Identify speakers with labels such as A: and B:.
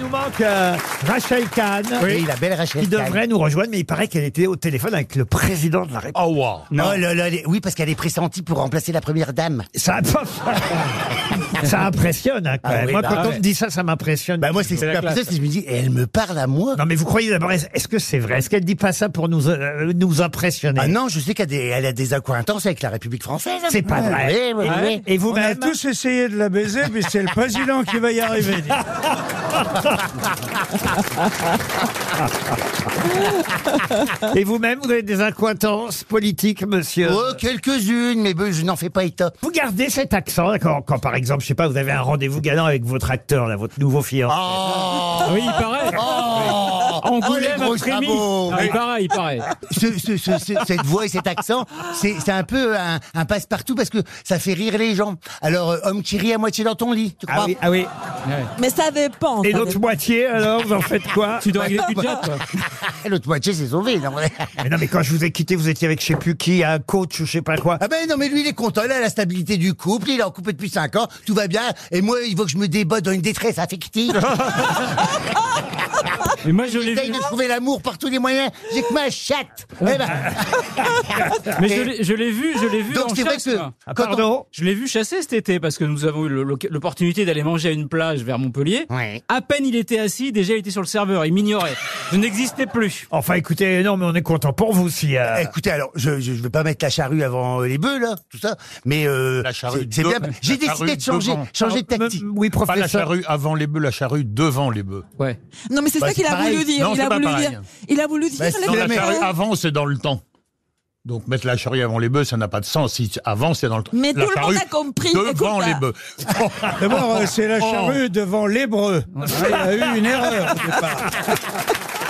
A: nous manque euh, Rachel Kahn.
B: Oui, la belle Rachel
A: Qui
B: Kahn.
A: devrait nous rejoindre, mais il paraît qu'elle était au téléphone avec le président de la République.
C: Oh wow.
B: Oh là là, elle est- oui, parce qu'elle est pressentie pour remplacer la première dame.
A: Ça, ça impressionne, hein, quand
B: Ah
A: même.
B: oui,
A: moi,
B: bah
A: quand on
B: ouais.
A: me dit ça, ça m'impressionne.
B: Bah moi, c'est
C: C'est la
B: super
C: classe.
B: plaisir, si je me dis, et elle me parle à moi.
A: non, mais vous croyez d'abord, est-ce est-ce que c'est vrai Est-ce qu'elle dit pas ça pour nous, euh, nous impressionner
B: Ah non, je sais qu'elle a des, elle a des accointances avec la République française.
A: C'est pas
B: Ouais,
A: vrai. Ah
B: ouais, ouais.
A: Et
D: On a
A: vous-même
D: tous essayé de la baiser, mais c'est le président qui va y arriver.
A: Et vous-même, vous avez des accointances politiques, monsieur
B: hein. Oh, quelques-unes, mais ben, je n'en fais pas état.
A: Vous gardez cet accent là, quand, quand, par exemple, je sais pas, vous avez un rendez-vous galant avec votre acteur, là, votre nouveau fiancé.
B: Ah.
C: Ah Oui, il paraît.
B: Oh,
C: Angoulême,
B: oh, les gros
C: après-midi.
B: travaux.
C: Ah, il paraît, il paraît.
B: Ce- ce- ce- ce- cette voix et cet accent, c'est c'est un peu un, un passe-partout parce que ça fait rire les gens. Alors, euh, homme qui rit à moitié dans ton lit, tu crois
A: Ah oui, ah oui.
E: Mais ça dépend.
A: Et
E: ça
A: l'autre moitié, alors, vous en faites quoi
C: Tu dois régler le budget, toi.
B: L'autre moitié s'est sauvée. non, mais-
A: Mais non, mais quand je vous ai quitté, vous étiez avec je sais plus qui, un coach ou je sais pas quoi.
B: Ah ben non, mais lui, il est content, il a la stabilité du couple, il est en couple depuis 5 ans, tout va bien, et moi, il faut que je me débat dans une détresse affective.
A: Ah,
C: Et moi, je l'ai
B: J'essaye
C: vu.
B: de trouver l'amour par tous les moyens, j'ai que ma chatte. Eh ben,
A: Ah,
C: Mais je l'ai- je l'ai vu, je l'ai vu.
B: donc
C: en
B: c'est vrai
C: chasse,
B: que
C: moi.
A: Ah,
B: quand on-
A: pardon
C: Je l'ai vu chasser cet été parce que nous avons eu le- l'oc- l'opportunité d'aller manger à une plage vers Montpellier.
B: Ouais.
C: À peine il était assis, déjà il était sur le serveur, il m'ignorait. Je n'existais plus.
A: Enfin, écoutez, non, mais on est content pour vous si. euh,
B: Eh, Écoutez, alors, je, je, je veux pas mettre la charrue avant euh, les bœufs, là, tout ça, mais euh,
F: La charrue
B: c'est c'est bien.
F: de- la
B: J'ai décidé
F: charrue
B: de changer,
F: devant.
B: changer de tactique.
A: me- oui,
F: Pas la
A: professeur.
F: charrue avant les bœufs, la charrue devant les bœufs.
C: Ouais.
E: dépend. Non, mais c'est
B: Bah,
E: ça qu'il
B: c'est
E: a voulu
B: pareil.
E: dire.
F: Non,
E: il,
F: c'est
E: a
F: pas
E: voulu
F: pareil.
E: dire il a voulu dire.
B: Bah, c'est
E: la
F: Non, la
B: Mais-
F: charrue
E: différence.
F: avant, c'est dans le temps. Donc mettre la charrue avant les bœufs, ça n'a pas de sens. Si avant, c'est dans le temps.
E: Mais
F: la
E: tout le monde
F: charrue
E: a compris.
F: Devant
E: écoute,
F: les
E: là.
F: bœufs.
A: Oh.
D: D'abord, euh, c'est la charrue devant l'hébreu. Il y a eu une erreur. au départ.